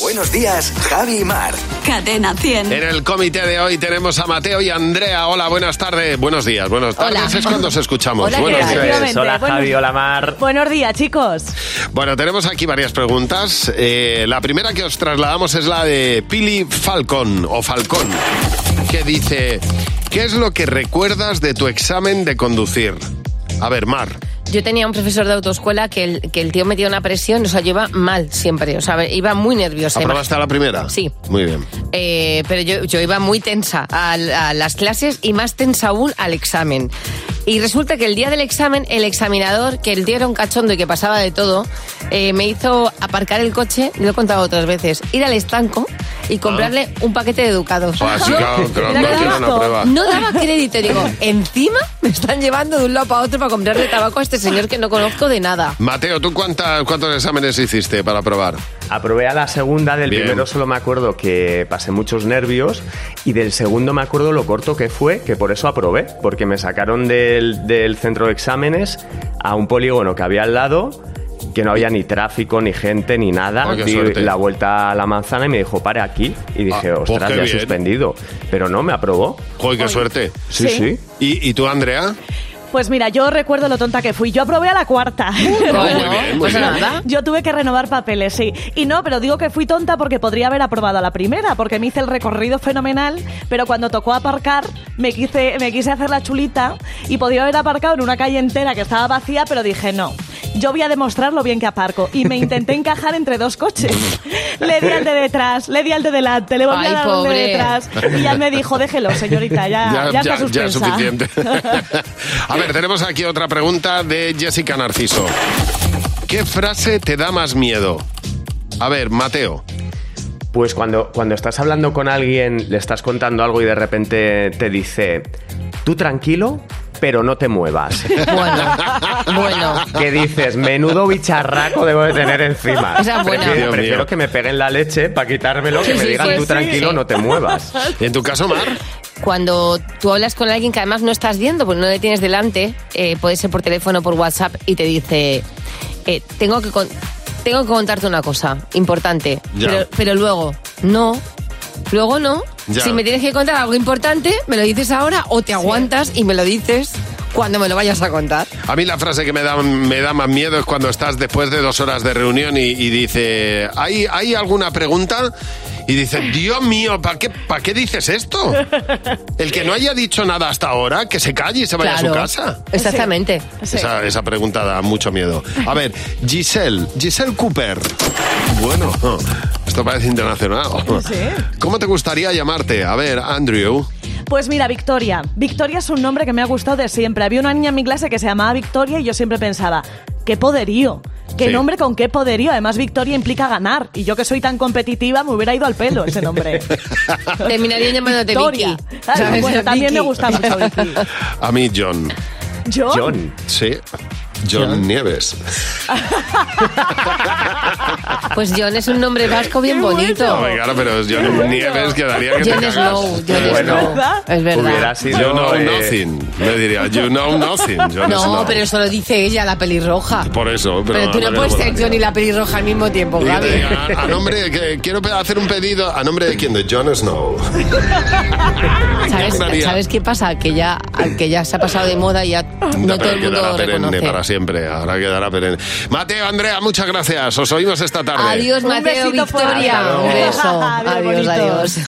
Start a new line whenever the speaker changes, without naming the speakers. Buenos días, Javi y Mar.
Cadena 100.
En el comité de hoy tenemos a Mateo y Andrea. Hola, buenas tardes. Buenos días, buenas tardes.
Hola.
Es cuando os escuchamos.
Hola,
buenos
¿qué tal?
días.
Efectivamente, Hola, buenos- Javi, hola,
Mar.
Buenos días, chicos.
Bueno, tenemos aquí varias preguntas. Eh, la primera que os trasladamos es la de Pili Falcón o Falcón, que dice, ¿qué es lo que recuerdas de tu examen de conducir? A ver, Mar.
Yo tenía un profesor de autoescuela que el, que el tío metía una presión, o sea, yo iba mal siempre, o sea, iba muy nerviosa.
¿Aprobaste a la primera?
Sí.
Muy bien.
Eh, pero yo, yo iba muy tensa a, a las clases y más tensa aún al examen. Y resulta que el día del examen, el examinador, que el tío era un cachondo y que pasaba de todo, eh, me hizo aparcar el coche, lo he contado otras veces, ir al estanco y comprarle un paquete de educados.
Ah, sí,
Yo
claro, claro,
no
no tiene
daba-
una prueba.
no daba crédito, digo, encima me están llevando de un lado para otro para comprarle tabaco a este señor que no conozco de nada.
Mateo, ¿tú cuánta- cuántos exámenes hiciste para aprobar?
Aprobé a la segunda, del primero solo me acuerdo que pasé muchos nervios y del segundo me acuerdo lo corto que fue, que por eso aprobé, porque me sacaron del, del centro de exámenes a un polígono que había al lado, que no había ni tráfico, ni gente, ni nada.
Ah, qué
Di
suerte.
la vuelta a la manzana y me dijo, pare aquí. Y dije,
pues
ostras,
qué
ya he
bien".
suspendido. Pero no, me aprobó.
Joder, qué suerte.
Sí, sí.
¿Y, y tú, Andrea?
Pues mira, yo recuerdo lo tonta que fui. Yo aprobé a la cuarta. Pues
muy bien, muy bien.
Yo tuve que renovar papeles, sí. Y no, pero digo que fui tonta porque podría haber aprobado a la primera, porque me hice el recorrido fenomenal, pero cuando tocó aparcar, me quise, me quise hacer la chulita y podía haber aparcado en una calle entera que estaba vacía, pero dije no. Yo voy a demostrar lo bien que aparco. Y me intenté encajar entre dos coches. Le di al de detrás, le di al de delante, le volví
Ay,
a dar al de
pobre.
detrás. Y ya me dijo, déjelo, señorita, ya, ya, está
ya es
suspensa".
suficiente. A ver, tenemos aquí otra pregunta de Jessica Narciso. ¿Qué frase te da más miedo? A ver, Mateo.
Pues cuando, cuando estás hablando con alguien, le estás contando algo y de repente te dice, tú tranquilo, pero no te muevas.
Bueno, bueno.
¿Qué dices? Menudo bicharraco debo de tener encima.
Esa es buena.
Prefiero,
Dios
prefiero
mío.
que me peguen la leche para quitármelo, que
Sí,
me
sí,
digan
sí,
tú
sí,
tranquilo,
sí.
no te muevas.
¿Y en tu caso, Mar?
cuando tú hablas con alguien que además no estás viendo, porque no le tienes delante, eh, puede ser por teléfono, por WhatsApp, y te dice, eh, tengo, que con- tengo que contarte una cosa importante,
Ya.
pero, pero luego, no, luego no.
Ya.
Si me tienes que contar algo importante, me lo dices ahora o te aguantas y me lo dices cuando me lo vayas a contar.
A mí la frase que me da, me da más miedo es cuando estás después de dos horas de reunión y, y dice, ¿hay, ¿hay alguna pregunta? Y dice, Dios mío, ¿para qué, ¿para qué dices esto? El que no haya dicho nada hasta ahora, que se calle y se vaya a su
Claro.
casa.
Exactamente.
Esa, esa pregunta da mucho miedo. A ver, Giselle, Giselle Cooper. Bueno, esto parece internacional. ¿Cómo te gustaría llamarte? A ver, Andrew.
Pues mira, Victoria. Victoria es un nombre que me ha gustado de siempre. Había una niña en mi clase que se llamaba Victoria y yo siempre pensaba, qué poderío. Qué
Sí.
nombre con qué poderío. Además, Victoria implica ganar. Y yo que soy tan competitiva, me hubiera ido al pelo ese nombre.
Terminaría llamándote
Victoria.
Vicky.
Ah,
¿sabes?
Bueno, también
Vicky.
me gusta mucho Vicky.
A mí, John.
¿Yo?
John,
Sí. John, Nieves.
Pues John es un nombre vasco bien bonito.
No, venga, ahora, Oh pero es John Nieves quedaría que
John
te cagas.
Snow, John
Bueno,
Snow. Es verdad.
hubiera sido...
You know
eh,
nothing. Me diría, you know nothing, John
No,
Snow.
pero eso lo dice ella, la pelirroja.
Por eso. Pero,
Pero tú no
me
puedes
molaría.
ser John y la pelirroja al mismo tiempo,
Y que te
Gaby.
diga, a nombre, que quiero pe- hacer un pedido. ¿A nombre de quién? De John Snow.
¿Sabes,
juraría.
¿Sabes qué pasa? Que ya, al que ya se ha pasado de moda y ya no
pero
todo
quedará
el mundo lo
perenne
reconoce.
para siempre, ahora quedará perenne. Mateo, Andrea, muchas gracias. Os oímos esta tarde.
Adiós,
Un
Mateo,
besito fuerte.
Victoria.
Hasta
Un
luego.
beso.
Adiós,
Adiós,
bonitos.
adiós.